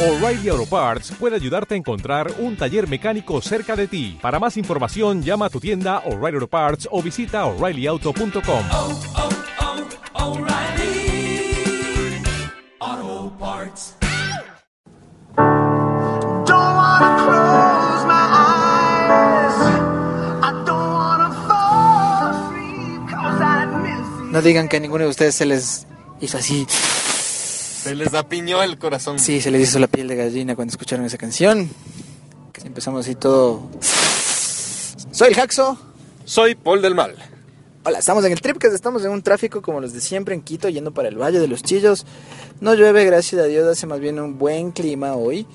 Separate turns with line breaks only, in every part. O'Reilly Auto Parts puede ayudarte a encontrar un taller mecánico cerca de ti. Para más información, llama a tu tienda O'Reilly Auto Parts o visita oreillyauto.com.
oh, oh, oh, O'Reilly. Auto parts.
Don't wanna close my eyes. I don't wanna fall asleep 'cause I miss you.
No digan que a ninguno de ustedes se les hizo así.
Se les apiñó el corazón.
Sí, se les hizo la piel de gallina cuando escucharon esa canción. Que Empezamos así todo. Soy el Jaxo.
Soy Paul del Mal.
Hola, estamos en el Tripcast, estamos en un tráfico como los de siempre en Quito, yendo para el Valle de los Chillos. No llueve, gracias a Dios, hace más bien un buen clima hoy,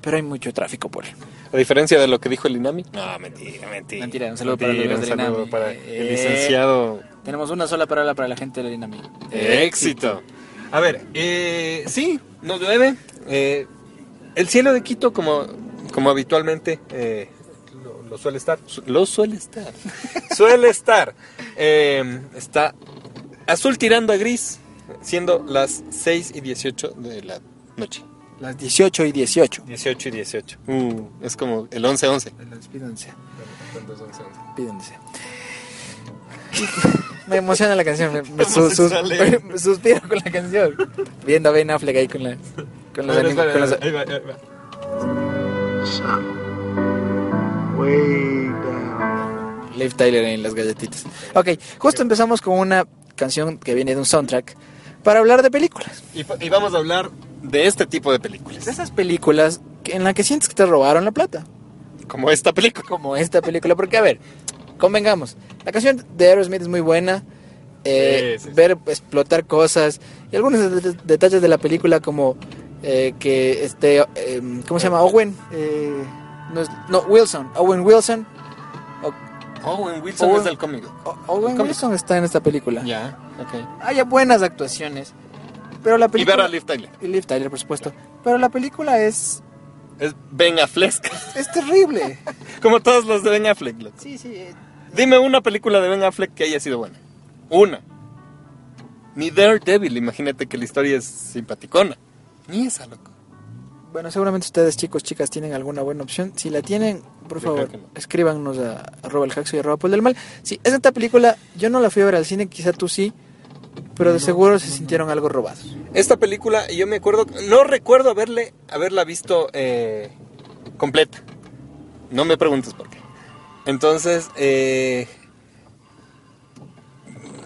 pero hay mucho tráfico por
A diferencia de lo que dijo el Inami. No, mentira, mentira.
Mentira, un saludo para los
un
del
saludo
Inami.
para
Eh.
el licenciado.
Tenemos una sola palabra para la gente de Dinami.
Éxito. A ver, eh, sí, no llueve. Eh, el cielo de Quito, como, como habitualmente eh, lo, lo suele estar. su- Lo suele estar. suele estar. Eh, está azul tirando a gris, siendo las 6 y 18 de la noche.
Las 18 y 18.
18 y 18. Uh, es como el 11-11.
Pídanse, pídanse. Me emociona la canción, me, me su- su-
Homosexuales.
suspiro con la canción. Viendo a Ben Affleck ahí con, la, con los anim- con los-
Way down.
Liv Tyler en las galletitas. Ok, justo empezamos con una canción que viene de un soundtrack para hablar de películas.
Y, pa- y vamos a hablar de este tipo de películas.
De esas películas que- en las que sientes que te robaron la plata.
Como esta película.
Como esta película, porque a ver, convengamos, la canción de Aerosmith es muy buena. eh,
Sí, sí, sí.
ver explotar cosas y algunos de- de- detalles de la película como eh, que este eh, cómo se llama Owen Eh, no, es- no, Wilson Owen Wilson
Owen
Wilson es del
cómico.
O- Owen
¿Cómo?
Wilson está en esta película
Ya, ok.
haya buenas actuaciones pero la
Y ver
película
a Liv Tyler.
Y Liv Tyler, por supuesto. Pero la película es.
Es Ben Affleck.
es terrible.
Como todas las de Ben Affleck. loco.
Sí, sí. eh,
Dime una película de Ben Affleck que haya sido buena. Una. Ni Daredevil, imagínate que la historia es simpaticona. Ni esa, loco.
Bueno, seguramente ustedes, chicos, chicas, tienen alguna buena opción. Si la tienen, por
Yo
favor,
creo que no.
escríbanos a arroba el Jaxo y arroba Paul del mal. Sí, es esta película. Yo no la fui a ver al cine, quizá tú sí. Pero de seguro se sintieron algo robados.
Esta película, yo me acuerdo, no recuerdo haberle, haberla visto eh, completa. No me preguntes por qué. Entonces, eh,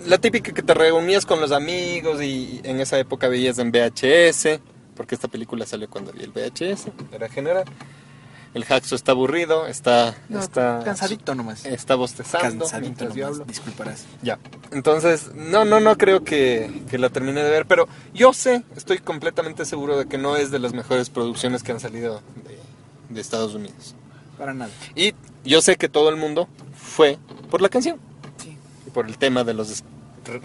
la típica que te reunías con los amigos y en esa época veías en VHS, porque esta película salió cuando vi el VHS, era general. El Haxo está aburrido, está, está,
nomás.
está bostezando. mientras yo hablo.
disculparás.
Ya. Entonces, no, no, no creo que, que la termine de ver, pero yo sé, estoy completamente seguro de que no es de las mejores producciones que han salido de, de Estados Unidos.
Para nada.
Y yo sé que todo el mundo fue por la canción
Sí.
y por el tema de los es-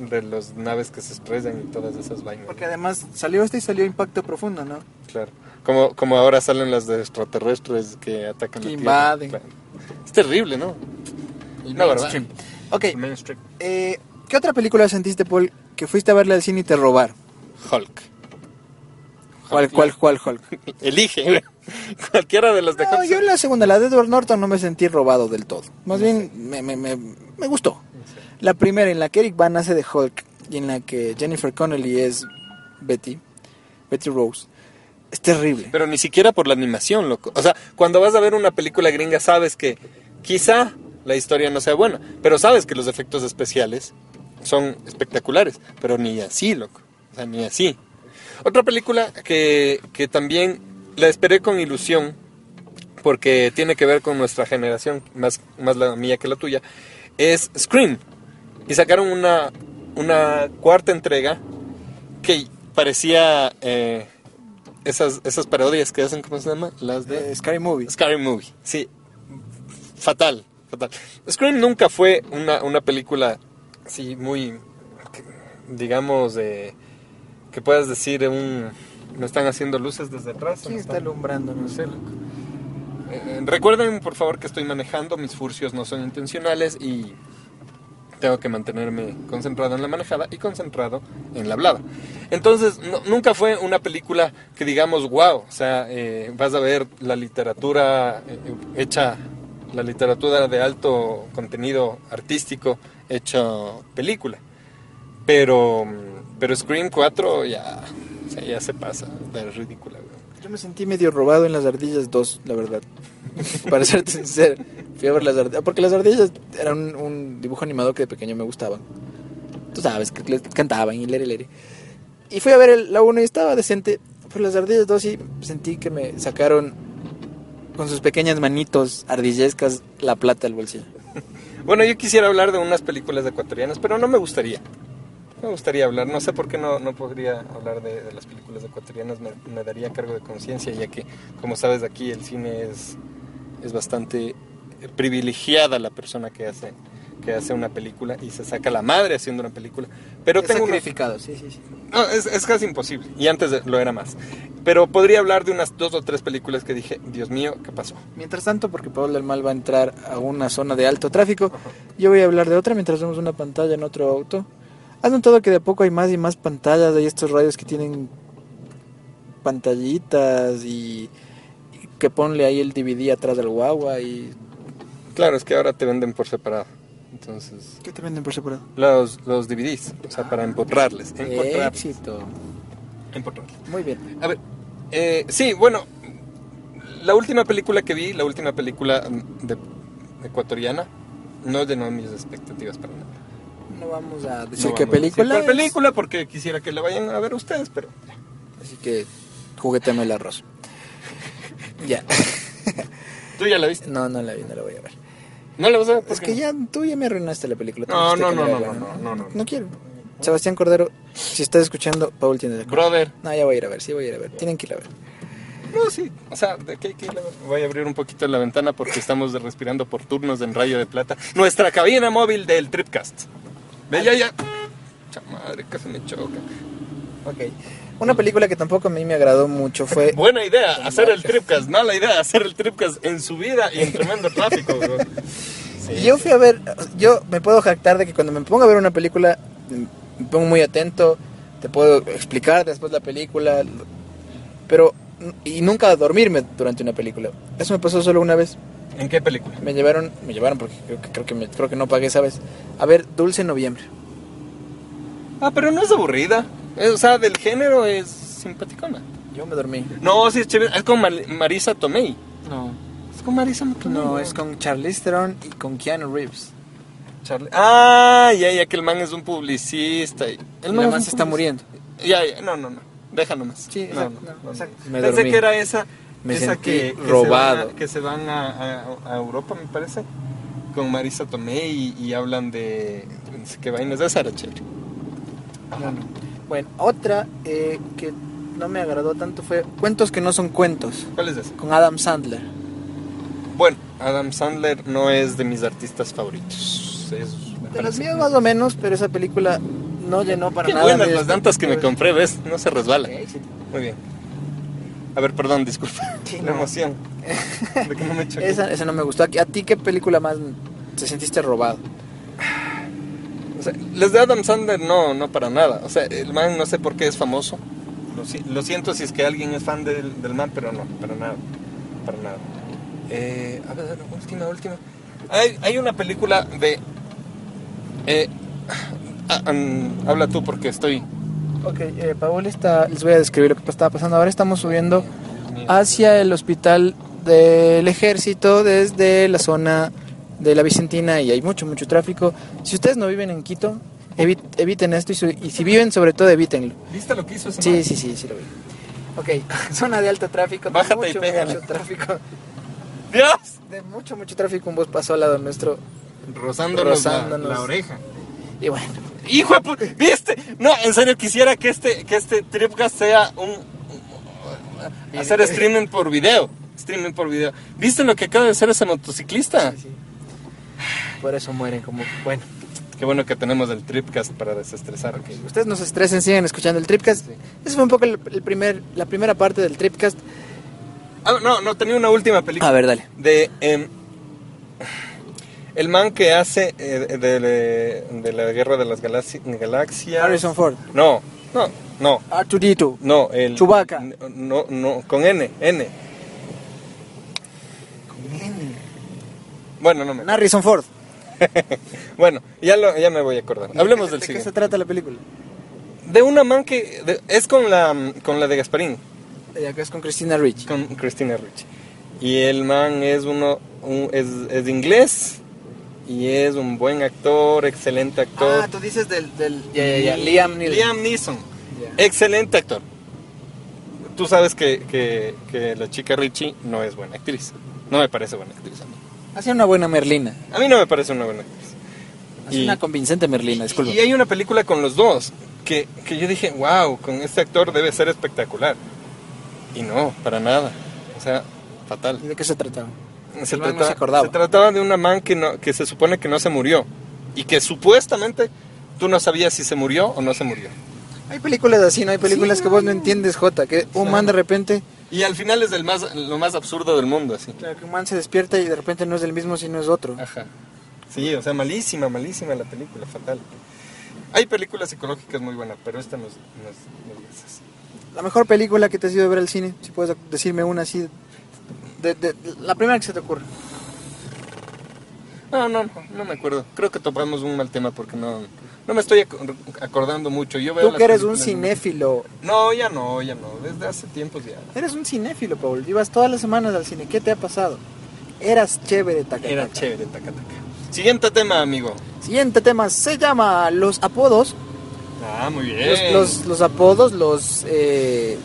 de las naves que se estrellan y todas esas vainas.
Porque además salió esta y salió Impacto Profundo, ¿no?
Claro. Como, como ahora salen las de extraterrestres que atacan
Que
la
invaden.
Tierra. Claro. Es terrible, ¿no? No, ¿verdad?
mainstream. Ok,
Mainstream.
eh, ¿qué otra película sentiste, Paul, que fuiste a verla al cine y te robaron?
Hulk.
¿Cuál, cuál, cuál, Hulk?
Elige, güey. Cualquiera de las de
No,
Hulk.
yo en la segunda, la de Edward Norton, no me sentí robado del todo. Más bien, me, me- me- me gustó. La primera, en la que Eric Van hace de Hulk y en la que Jennifer Connelly es Betty, Betty Rose, es terrible.
Pero ni siquiera por la animación, loco. O sea, cuando vas a ver una película gringa sabes que quizá la historia no sea buena, pero sabes que los efectos especiales son espectaculares, pero ni así, loco. O sea, ni así. Otra película que, que también la esperé con ilusión, porque tiene que ver con nuestra generación, más, más la mía que la tuya, es Scream. Y sacaron una, una cuarta entrega que parecía... eh, esas, esas parodias que hacen, ¿cómo se llama? Las de
Eh, Scary Movie.
Scary Movie. Sí, fatal, fatal. Scream nunca fue una, una película así muy, que- digamos, eh, que puedas decir un... ¿No están haciendo luces desde atrás? o
Sí,
no
está
están?
alumbrando, no
No
sé.
sé, loco. Eh, eh, recuerden, por favor, que estoy manejando, mis furcios no son intencionales y tengo que mantenerme concentrado en la manejada y concentrado en la hablada. Entonces, no- nunca fue una película que digamos, wow, o sea, eh, vas a ver la literatura eh, hecha, la literatura de alto contenido artístico hecha película. Pero, pero Scream 4 ya, o sea, ya se pasa de ridícula, güey.
Yo me sentí medio robado en las ardillas 2, la verdad. Para ser sincero, fui a ver las ardillas. Porque las ardillas eran un, un dibujo animado que de pequeño me gustaban. Tú sabes, que les cantaban y lere lere. Y fui a ver el- la 1 y estaba decente. Pero las ardillas 2 sí sentí que me sacaron con sus pequeñas manitos ardillescas la plata del bolsillo.
Bueno, yo quisiera hablar de unas películas ecuatorianas, pero no me gustaría. Me gustaría hablar, no sé por qué no, no podría hablar de, de las películas ecuatorianas, me, me daría cargo de conciencia, ya que, como sabes, aquí el cine es, es bastante privilegiada la persona que hace, que hace una película y se saca la madre haciendo una película. Pero tengo una-
sacrificado, sí, sí, sí.
no, es, es casi imposible, y antes de- lo era más. Pero podría hablar de unas dos o tres películas que dije, Dios mío, ¿qué pasó?
Mientras tanto, porque Pablo del Mal va a entrar a una zona de alto tráfico, yo voy a hablar de otra mientras vemos una pantalla en otro auto. ¿Has notado que de a poco hay más y más pantallas? Hay estos radios que tienen pantallitas y, y que ponle ahí el DVD atrás del guagua y...
Claro, es que ahora te venden por separado, entonces...
¿Qué te venden por separado?
los, los DVDs, o sea, para empotrarles. Empotrarles.
Éxito.
empotrarles.
Muy bien.
A ver, eh, sí, bueno, la última película que vi, la última película mm, de, ecuatoriana, no llenó mis expectativas para nada.
No vamos a
No
decir
vamos a
qué
decir
película
cuál
es,
película porque quisiera que la vayan a ver ustedes, pero...
Así que jugueteme el arroz. ya.
¿Tú ya la viste?
No, no la vi, no la voy a ver.
¿No la vas a ver? ¿Por
Es
qué
que
no?
ya tú ya me arruinaste la película. tú
No,
dijiste
no,
que
no,
era
no,
buena,
no, no, no, no.
No quiero. Sebastián Cordero, si estás escuchando, Paul tiene la culpa.
Brother.
No, ya voy a ir a ver, sí voy a ir a ver. Tienen que ir a ver.
No, Pues sí. O sea, ¿de qué, qué la- voy a abrir un poquito la ventana porque estamos respirando por turnos en Rayo de Plata. Nuestra cabina móvil del Tripcast. Ve, ya, ya. Cha madre, casi me choca.
Ok. Una película que tampoco a mí me agradó mucho fue...
Buena idea hacer el Tripcast. Mala idea hacer el Tripcast en subida y en tremendo tráfico. bro.
Yo fui a ver, yo me puedo jactar de que cuando me pongo a ver una película, me pongo muy atento, te puedo explicar después la película, pero... Y nunca dormirme durante una película. Eso me pasó solo una vez.
¿En qué película?
Me llevaron, me llevaron porque creo que, creo que, me- creo que no pagué, ¿sabes? A ver, Dulce Noviembre.
Ah, pero no es aburrida. Eh, O sea, del género es simpaticona.
Yo me dormí.
No, sí es chévere. Es con Mar- Marisa Tomei.
No.
Es con Marisa Tomei.
No,
bro.
es con Charlize Theron y con Keanu Reeves.
Charlie. Ah, ya, ya que el man es un publicista. y- El
Y
man
la
es
man
un
se está
publicista.
muriendo.
Ya, ya, no, no, no. Deja nomás.
Sí,
no,
exacto,
no,
no,
no,
exacto.
no.
Me
Pensé
dormí.
que era esa,
Me
esa
sentí
que, que
robado.
Se van a, que se van a, a- a Europa, me parece, con Marisa Tomei y, y hablan de. no sé ¿Qué vainas de esa era chévere.
Bueno, otra eh, que no me agradó tanto fue Cuentos que no son cuentos,
¿Cuál es esa?
con Adam Sandler.
Bueno, Adam Sandler no es de mis artistas favoritos. Es, me
De los
parece-
míos más o menos, pero esa película no llenó para
Qué
nada. este
buenas
mis
las dantas que me
expectativas.
compré, ¿ves? No se resbala.
Qué éxito.
Muy bien. A ver, perdón, disculpa.
Sí,
La
no.
emoción. De que no me choqué.
Esa, esa no me gustó. ¿A ti qué película más te sentiste robado?
O sea, les de Adam Sandler no, no para nada. O sea, el man no sé por qué es famoso. Lo, si- lo siento si es que alguien es fan del, del man, pero no, para nada. Para nada. Eh, a ver, última, última. Hay, hay una película de... eh, ah, mm, habla tú porque estoy...
Ok, eh, Paul está, les voy a describir lo que estaba pasando. Ahora estamos subiendo
mío.
hacia el hospital del ejército desde la zona de la Vicentina y hay mucho, mucho tráfico. Si ustedes no viven en Quito, evi- eviten esto y, su- y si viven, sobre todo, evítenlo.
¿Viste lo que hizo ese
Sí,
man?
sí, sí, sí lo vi. Ok, zona de alto tráfico, de
Bájate y
mucho,
pégale.
mucho tráfico,
¡Dios!
de mucho, mucho tráfico. Un bus pasó al lado nuestro
Rozándonos, la-
Rozándonos.
la oreja.
y bueno,
Hijo de puta, ¿viste? No, en serio quisiera que este, que este Tripcast sea un, un- hacer streaming por video. Streaming por video. ¿Viste lo que acaba de hacer ese motociclista?
por eso mueren como, bueno.
Qué bueno que tenemos el Tripcast para desestresar. ok.
Ustedes no se estresen, sigan escuchando el Tripcast. Esa fue un poco el, el primer, la primera parte del Tripcast.
Ah, no, no, tenía una última película.
A ver, dale.
De. em, el man que hace eh, de, de- de la guerra de las galaxi- galaxias.
Harrison Ford.
No, No, no,
Arturito.
no. El,
Chewbacca.
n- No, no, con N, N. Bueno, no me.
Harrison Ford.
Bueno, ya, lo, ya me voy a acordar. Hablemos
¿De
del
qué se
siguiente.
trata la película?
De una man que. de- es con la, con la de Gasparín.
Ya que es con Christina Ricci.
con Christina Ricci. Y el man es uno un- es, es inglés y es un buen actor, excelente actor.
Ah, tú dices del, del ya, ya, ya, Liam Neeson.
Liam Neeson.
Ya.
Excelente actor. Tú sabes que, que- que la chica Ricci no es buena actriz. No me parece buena actriz a mí.
Hace una buena Merlina.
A mí no me parece una buena actriz.
Hace
Y-
una convincente Merlina, disculpa.
Y hay una película con los dos que, que yo dije, wow, con este actor debe ser espectacular. Y no, para nada. O sea, fatal.
¿Y de qué se trataba?
Se,
El man no
trataba,
se acordaba.
se trataba de una man que, no, que se supone que no se murió y que supuestamente tú no sabías si se murió o no se murió.
Hay películas así, ¿no? Hay películas que vos no entiendes, Jota. Que un man de repente...
Y al final es del más, lo más absurdo del mundo, así.
Claro, Ah. que un man se despierta y de repente no es el mismo, sino es otro.
Ajá. Sí, o sea, malísima, malísima la película, fatal. Hay películas psicológicas muy buenas, pero esta no es, no es- no es de esas.
La mejor película que te has ido a ver al cine, si puedes decirme una así. de- de- de- la primera que se te ocurre.
No, no, no, no me acuerdo. Creo que topamos un mal tema porque no, no me estoy ac- acordando mucho. Yo veo
Tú
las
que eres un
películas-
cinéfilo.
No, ya no, ya no. Desde hace tiempos ya.
Eres un cinéfilo, Paul. Llevas todas las semanas al cine. ¿Qué te ha pasado? Eras chévere, Takataka.
Era chévere, taca, taca. Siguiente tema, amigo.
Siguiente tema se llama los apodos.
Ah, muy bien.
Los, los- los apodos, los. eh,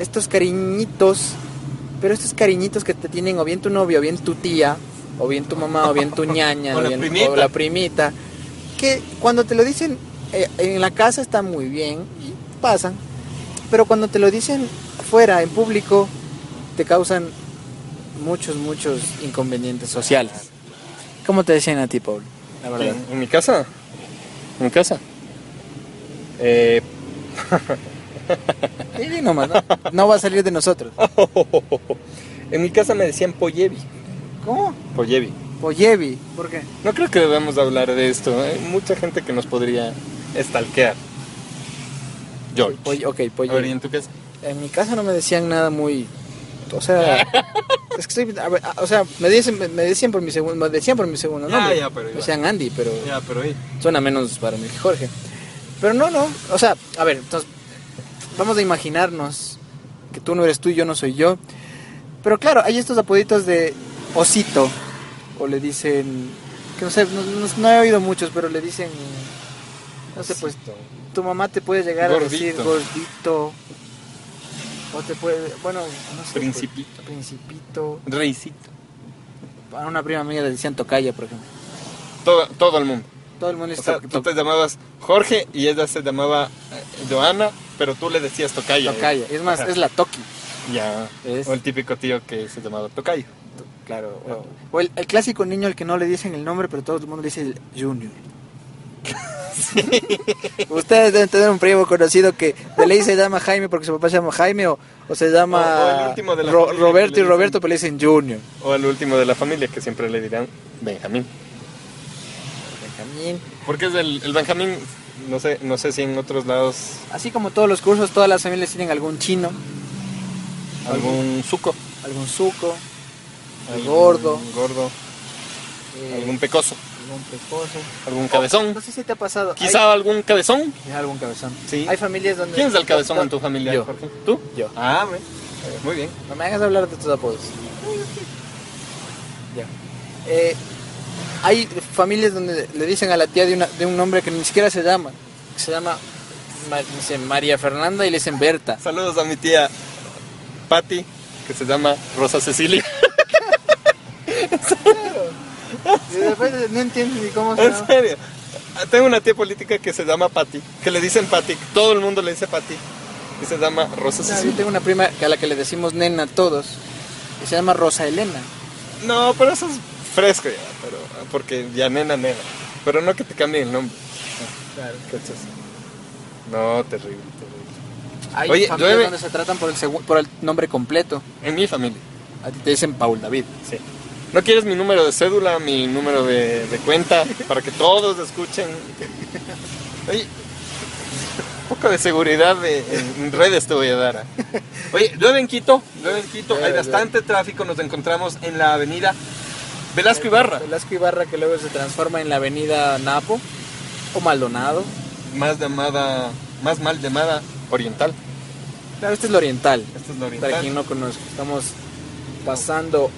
estos cariñitos. Pero estos cariñitos que te tienen o bien tu novio, o bien tu tía, o bien tu mamá, o bien tu ñaña,
O la
bien-
primita.
o la primita. Que cuando te lo dicen eh, en la casa está muy bien y pasan. Pero cuando te lo dicen fuera, en público, te causan muchos, muchos inconvenientes sociales. ¿Cómo te decían a ti, Paul? La verdad.
¿En, en mi casa? ¿En mi casa? Eh,
Sí, di nomás, ¿no? no va a salir de nosotros.
en mi casa me decían Pollevi.
¿Cómo?
Pollevi.
Pollevi. ¿Por qué?
No creo que debamos hablar de esto. Hay mucha gente que nos podría estalquear. George.
Poy- ok,
A ver, ¿y
Pollevi.
en tu casa?
En mi casa no me decían nada muy... O sea... es que estoy- a ver, a- o sea, me, dicen, me, me decían por mi segundo, me decían por mi segundo
Ya,
nombre.
ya, pero ya.
Me decían Andy, pero
Ya, pero ahí.
suena menos para mí que Jorge. Pero no, no. O sea, a ver, entonces... Vamos a imaginarnos que tú no eres tú y yo no soy yo. Pero claro, hay estos apoditos de osito. O le dicen... Que no sé, no, no- no he oído muchos, pero le dicen... No sé, pues tu mamá te puede llegar a decir
Gordito.
gordito. O te puede, bueno, no sé. pues,
Principito.
principito.
Reisito.
A una prima mía le decían tocaya, por ejemplo.
Todo, todo el mundo.
Todo el mundo
O
dice
sea,
to-
tú
to-
te llamabas Jorge y ella se llamaba eh, Joana, pero tú le decías Tocaya.
tocaya. Es más,
Ajá.
es la toki.
Ya.
Es-
O el típico tío que se llamaba Tocayo.
Claro. O, o el, el clásico niño al que no le dicen el nombre, pero todo el mundo le dice el junior. Ustedes deben tener un primo conocido que de ley se llama Jaime porque su papá se llama Jaime o, o se
O- o el
llama
último de la
Ro-
familia que
Roberto
le
y
dicen-
Roberto, pero le dicen Junior.
O al último de la familia que siempre le dirán Benjamín.
Benjamín.
Porque es el, el Benjamín, no sé, no sé si en otros lados
Así como todos los cursos, todas las familias tienen algún chino,
algún suco,
algún suco, el gordo,
algún gordo,
eh,
algún pecoso,
algún pecoso.
algún cabezón.
No sé si te ha pasado. hay-
Quizá algún cabezón.
hay algún cabezón.
Sí.
Hay familias donde.
¿Quién es el cabezón en tu familia?
Yo.
Jorge? ¿Tú?
Yo.
Ah, ve. muy bien.
No me hagas hablar de tus apodos. Ya. Eh, hay familias donde le dicen a la tía de, una- de un nombre que ni siquiera se llama. que Se llama Ma- dice María Fernanda y le dicen Berta.
Saludos a mi tía Patty, que se llama Rosa Cecilia.
Y después no entiendes ni cómo se
En
llama.
serio. Tengo una tía política que se llama Patty, que le dicen Patty, todo el mundo le dice Patty, y se llama Rosa
Claro, Yo
Cecilia.
tengo una prima que a la que le decimos nena a todos. Y se llama Rosa Elena.
No, pero eso es fresco ya, pero, ah, porque ya nena, nena. Pero no que te cambien el nombre. Claro. No, terrible, terrible.
Hay
Oye,
familias
llueve.
donde se tratan por el, segu- por el nombre completo.
En mi familia,
A ti te dicen Paul David.
sí. ¿No quieres mi número de cédula, mi número de, de cuenta, para que todos escuchen? Oye, poco de seguridad de, en redes te voy a dar. ah. Oye, llueve en Quito, llueve en Quito, hay
Llueve,
bastante tráfico, nos encontramos en la avenida Velasco Ibarra.
Velasco Ibarra que luego se transforma en la avenida Napo o Maldonado.
más llamada, más mal llamada oriental.
Claro, este es la oriental.
Esta es la
Para quien
oriental.
no conozca, estamos pasando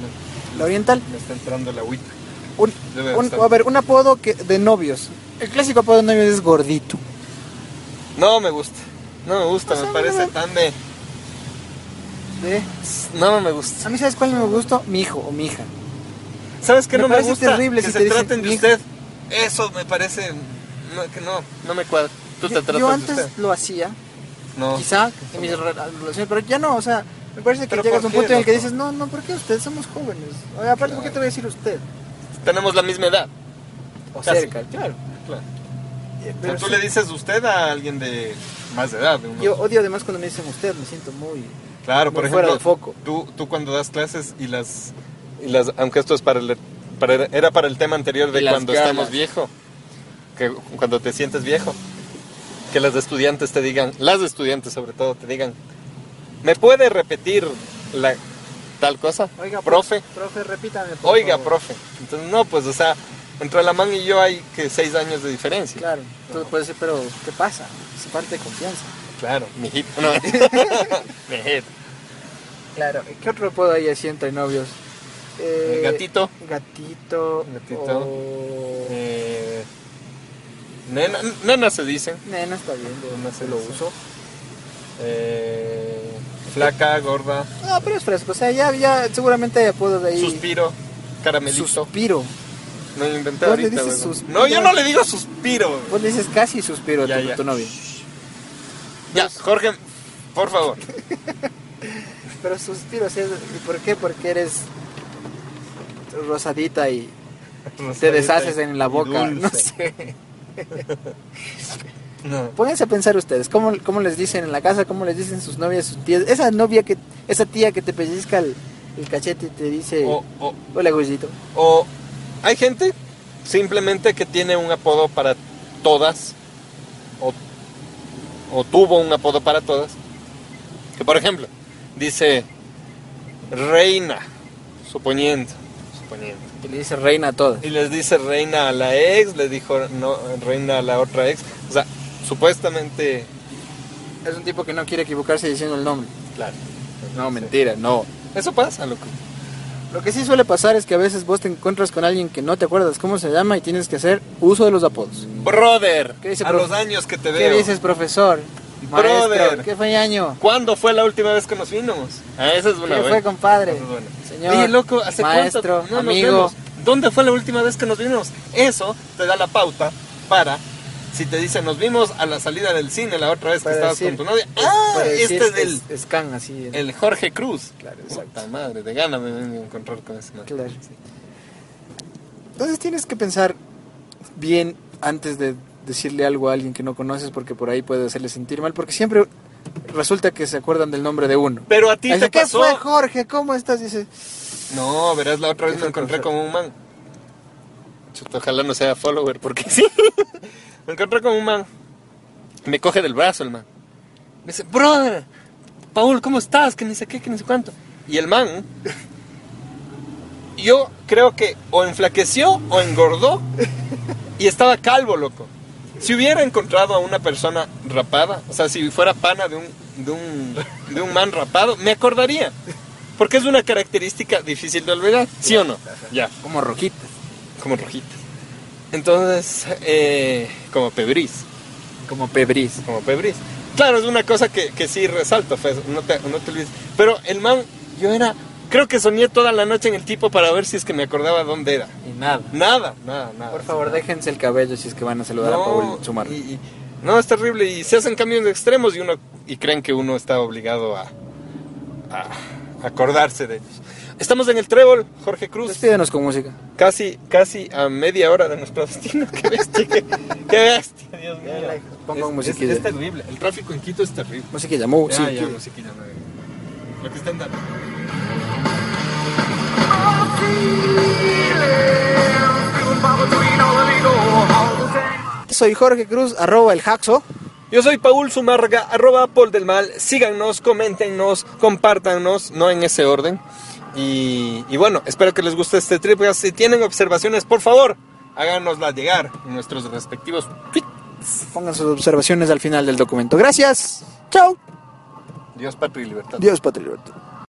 la oriental.
Me está entrando la agüita.
Un,
Debe
un-
estar.
a ver, un apodo que, de novios. El clásico apodo de novios es gordito.
No me gusta, no me gusta,
O sea,
me parece
no-
tan de...
¿De?
No me gusta.
A mí, ¿sabes cuál me gustó? Mi hijo o mi hija.
¿Sabes qué
Me
no me
parece
gusta?
terrible
que
si
se
te dicen,
traten de
"Mi-
usted. Eso me parece no, que no, no me cuadra. Tú te
Yo-
tratas
Yo
de
antes
usted. Oh.
lo hacía,
No.
quizá en mis re- relaciones, pero ya no, o sea, me parece que
¿Pero
llegas
por
a un
qué,
punto en el que
loco?
dices, no, no, ¿por qué usted? Somos jóvenes. Oye, aparte, ¿por qué te voy a decir usted?
Tenemos la misma edad.
O
Casi.
cerca, claro.
Claro.
Eh,
O sea,
pero
tú
sí,
le dices usted a alguien de más de edad. de unos-
Yo odio además cuando me dicen usted, me siento muy...
Claro, por
Muy
ejemplo,
fuera de foco.
Tú, tú cuando das clases y las, y las aunque esto es para el, para- era para el tema anterior de
Y las
cuando
galas.
estamos viejo, que cuando te sientes viejo, que las estudiantes te digan, las estudiantes sobre todo te digan, ¿me puede repetir la tal cosa,
Oiga,
profe?
Profe, repítame. por
Oiga,
favor".
profe. Entonces no, pues, o sea, entre la man y yo hay que seis años de diferencia.
Claro, entonces puede ser, pero ¿qué pasa? Es parte de confianza.
Claro, mijito. No. Mijito.
Claro, ¿qué otro puedo ahí así entre novios? Eh,
Gatito.
Gatito.
Gatito.
o-
Eh, nena, nena se dicen.
Nena Eh, está bien, de
Nena se
lo
dice.
uso.
Eh, flaca, gorda,
No, pero es fresco, o sea, ya, ya seguramente hay apodos de ahí.
suspiro, caramelito.
Suspiro.
no lo inventé
¿Vos le
ahorita.
dices
weón.
suspiro?
No, yo no le digo suspiro.
Vos le dices casi suspiro a
Ya,
tu,
ya.
tu novio.
Ya, Jorge, por favor.
Pero suspiro, o sea, ¿y por qué? Porque eres rosadita y te deshaces en la
Y
boca.
dulce.
No sé.
No.
Pónganse a pensar ustedes, ¿cómo, cómo les dicen en la casa? ¿Cómo les dicen sus novias, sus tías? Esa novia que, esa tía que te pellizca el, el cachete y te dice,
O, o-
hola, Goyito.
o hay gente simplemente que tiene un apodo para todas o, o tuvo un apodo para todas. Que por ejemplo, dice reina, suponiendo, suponiendo.
Y le dice reina a todas.
Y les dice reina a la ex, le dijo no, reina a la otra ex. O sea, supuestamente...
Es un tipo que no quiere equivocarse diciendo el nombre.
Claro.
No, mentira, no.
Eso pasa, loco.
Lo que sí suele pasar es que a veces vos te encuentras con alguien que no te acuerdas cómo se llama y tienes que hacer uso de los apodos.
Brother,
¿Qué dice,
a
profe?
los años que te
¿Qué
veo.
dices, profesor?
Brother.
Maestro, ¿qué fue año?
¿Cuándo fue la última vez que nos vimos? Ah, esa es
¿Qué
una buena.
fue, compadre?
Eso es bueno.
Señor,
Oye, loco, ¿hace
maestro,
cuánto no nos
amigo.
vemos? ¿Dónde fue la última vez que nos vimos? Eso te da la pauta para, si te dicen, nos vimos a la salida del cine la otra vez que
Para
estabas
decir-
con tu novia. Ah,
para decir,
este es el,
es- Scan, así.
el Jorge Cruz.
Claro,
Puta
exacto.
madre, de gana me vengo a encontrar con ese man.
Claro. Entonces tienes que pensar bien antes de decirle algo a alguien que no conoces porque por ahí puede hacerle sentir mal, porque siempre resulta que se acuerdan del nombre de uno.
Pero a ti
Dice,
te
¿Qué
pasó.
fue, Jorge? ¿Cómo estás? Dice,
No, verás, la otra vez
¿Qué fue,
me encontré
profesor?
con un man. Chuta, ojalá no sea follower, porque sí. me encontré con un man. Me coge del brazo el man. Me dice, brother, Paul, ¿cómo estás? Que ni sé qué, que ni sé cuánto. Y el man, yo creo que o enflaqueció o engordó y estaba calvo, loco. Si hubiera encontrado a una persona rapada, o sea, si fuera pana de un, de un, de un man rapado, me acordaría. Porque es una característica difícil de olvidar, ¿sí o no? Ya,
como rojitas.
como rojita. Entonces, eh, como pebris,
Como Pebris.
como pebris. Claro, es una cosa que, que sí resalto, Fez, no te, no te olvides. Pero el man, yo era, creo que soñé toda la noche en el tipo para ver si es que me acordaba dónde era.
Y nada.
Nada, nada, nada.
Por favor, déjense el cabello si es que van a saludar a Paul Sumarro.
y- y- no, es terrible. Y se hacen cambios de extremos y uno y creen que uno está obligado a, a acordarse de ellos. Estamos en el trébol, Jorge Cruz.
Despídenos Pues con música.
Casi, casi a media hora de nuestro destino. Qué bestia, qué, qué bestia, Dios mío.
Ya, pongan
Es- es,
musiquilla.
es terrible. El tráfico en Quito es terrible.
Musiquilla, mu, sí.
Ya, ya,
que-
musiquilla, no, no. Lo que están dando.
Soy Jorge Cruz, arroba el Jaxo.
Yo soy Paul Sumarga, arroba Paul del Mal. Síganos, coméntenos, compártanos, no en ese orden. Y, y bueno, espero que les guste este trip. Si tienen observaciones, por favor, háganoslas llegar en nuestros respectivos tweets.
Pongan sus observaciones al final del documento. Gracias. Chao.
Dios, patria y libertad.
Dios, patria y libertad.